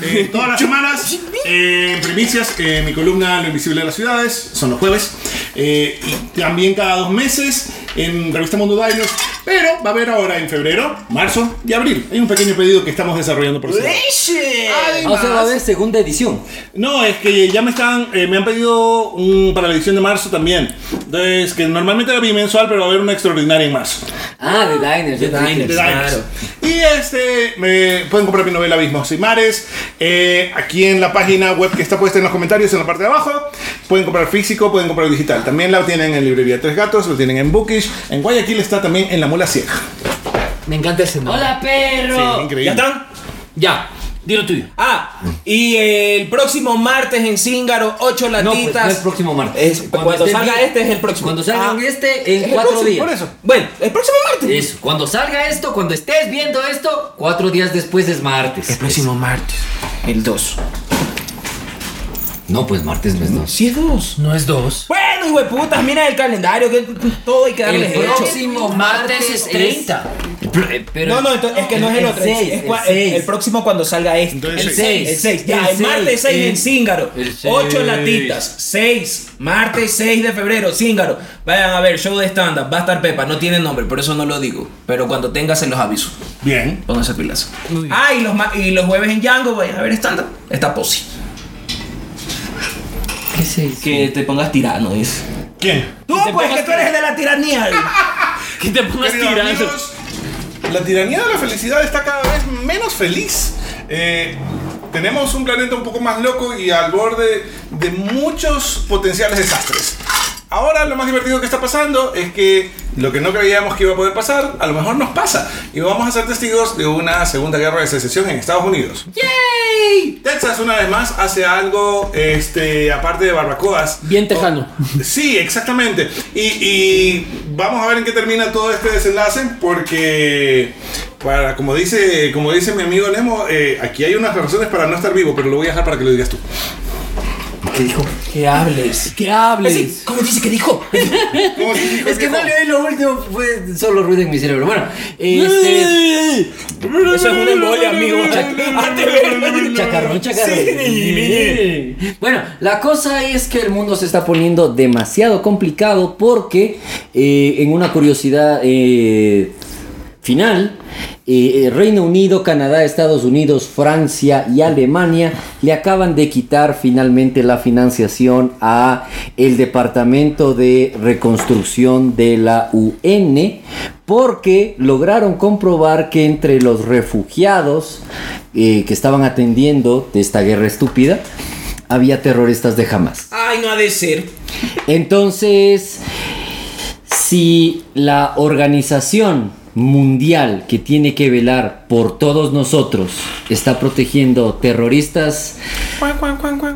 Speaker 3: eh, todas las semanas, eh, en primicias, eh, mi columna Lo Invisible de las Ciudades, son los jueves, eh, y también cada dos meses en Revista Mundo Dinos, pero va a haber ahora en febrero, marzo y abril. Hay un pequeño pedido que estamos desarrollando por ustedes.
Speaker 2: Ah, O sea, va a haber segunda edición.
Speaker 3: No, es que ya me están, eh, me han pedido un- para la edición de marzo también. Entonces, que normalmente era bimensual, pero va a haber una extraordinaria en marzo.
Speaker 2: Ah, de Diners.
Speaker 1: The Diners.
Speaker 3: de Diners.
Speaker 1: Claro.
Speaker 3: Y este, me pueden comprar mi novela Abismos y Mares eh, aquí en la página web que está puesta en los comentarios en la parte de abajo. Pueden comprar físico, pueden comprar digital. También la tienen en librería Tres Gatos, lo tienen en Bookish. En Guayaquil está también en La Mula Ciega.
Speaker 4: Me encanta ese nombre.
Speaker 2: Hola, perro.
Speaker 3: increíble.
Speaker 1: ¿Ya están?
Speaker 4: Ya, dilo tuyo.
Speaker 1: Ah, y el próximo martes en Cíngaro, 8
Speaker 2: No, pues, no es
Speaker 1: latitas.
Speaker 2: próximo martes.
Speaker 1: Es- cuando
Speaker 2: esté
Speaker 1: salga
Speaker 2: bien-
Speaker 1: este es el próximo.
Speaker 2: Cuando salga
Speaker 1: Ah,
Speaker 2: este,
Speaker 1: es
Speaker 2: en
Speaker 1: el
Speaker 2: cuatro
Speaker 1: próximo,
Speaker 2: días.
Speaker 1: Por eso. Bueno, el próximo martes.
Speaker 2: Eso, cuando salga esto, cuando estés viendo esto, cuatro días después es martes.
Speaker 1: El próximo martes. El 2.
Speaker 2: No, pues martes no es no.
Speaker 1: Sí, es 2.
Speaker 4: No es dos.
Speaker 1: Bueno, hijo de putas, miren el calendario, que todo hay que darle
Speaker 2: El
Speaker 1: hecho.
Speaker 2: próximo martes es 30. Pero,
Speaker 1: No, no, entonces, es que no es el otro. es-
Speaker 2: seis,
Speaker 1: es
Speaker 2: el
Speaker 1: cua- el,
Speaker 2: seis.
Speaker 1: el próximo cuando salga este.
Speaker 3: Entonces,
Speaker 2: El
Speaker 3: sí.
Speaker 2: 6.
Speaker 1: El 6, ya, el, martes 6 en Zíngaro.
Speaker 2: el seis.
Speaker 1: 8 latitas, 6, martes 6 de febrero, Zíngaro. Vayan a ver, show de stand-up, va a estar Pepa, no tiene nombre, por eso no lo digo. Pero cuando tenga se los aviso.
Speaker 3: Bien.
Speaker 1: Pónganse pilas. Ah, y los, ma- y los jueves en Django, vayan a ver stand-up. Está posi.
Speaker 2: ¿Qué es eso?
Speaker 1: Que te pongas tirano, dice.
Speaker 3: ¿Quién?
Speaker 1: Tú,
Speaker 4: te
Speaker 1: pues,
Speaker 4: pongas
Speaker 1: que tú eres el de la tiranía.
Speaker 4: Que te pongas
Speaker 3: Queridos
Speaker 4: tirando.
Speaker 3: amigos, la tiranía de la felicidad está cada vez menos feliz. Eh, tenemos un planeta un poco más loco y al borde de muchos potenciales desastres. Ahora lo más divertido que está pasando es que lo que no creíamos que iba a poder pasar, a lo mejor nos pasa. Y vamos a ser testigos de una segunda guerra de secesión en Estados Unidos. ¡Yay! Texas una vez más hace algo, este, aparte de barbacoas. Oh,
Speaker 4: Bien tejano.
Speaker 3: Sí, exactamente. Y, y vamos a ver en qué termina todo este desenlace, porque para, como dice, como dice mi amigo Nemo, eh, aquí hay unas razones para no estar vivo, pero lo voy a dejar para que lo digas tú.
Speaker 2: ¿Qué dijo?
Speaker 1: Que hables.
Speaker 4: Que hables.
Speaker 1: ¿Cómo dice que dijo?
Speaker 3: ¿Cómo se dijo,
Speaker 2: Es que
Speaker 3: viejo?
Speaker 2: no le oí lo último, fue solo ruido en mi cerebro. Bueno, este.
Speaker 1: Eso es una embolia, amigo. Hazte ver.
Speaker 2: Chacarrón, chacarrón.
Speaker 1: Sí.
Speaker 2: Bueno, la cosa es que el mundo se está poniendo demasiado complicado porque eh, en una curiosidad eh, final, eh, eh, Reino Unido, Canadá, Estados Unidos, Francia y Alemania le acaban de quitar finalmente la financiación a el Departamento de Reconstrucción de la UN porque lograron comprobar que entre los refugiados eh, que estaban atendiendo de esta guerra estúpida había terroristas de Hamas.
Speaker 1: Ay, no ha de ser.
Speaker 2: Entonces, si la organización mundial que tiene que velar por todos nosotros está protegiendo terroristas,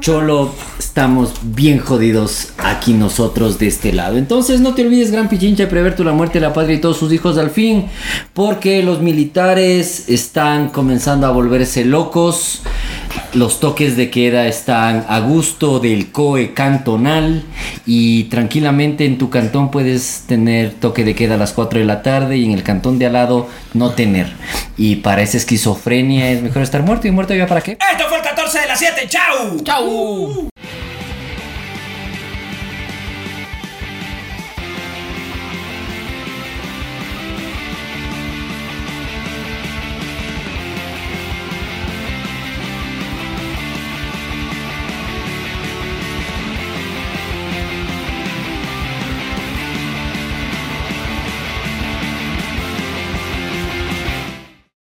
Speaker 2: Cholo, estamos bien jodidos aquí nosotros de este lado. Entonces no te olvides, gran pichincha, de prever tu la muerte de la patria y todos sus hijos al fin, porque los militares están comenzando a volverse locos. Los toques de queda están a gusto del COE cantonal y tranquilamente en tu cantón puedes tener toque de queda a las 4 de la tarde y en el cantón de al lado no tener. Y para esa esquizofrenia es mejor estar muerto y muerto ya para qué.
Speaker 1: Esto fue el 14 de las 7. ¡Chau! ¡Chau!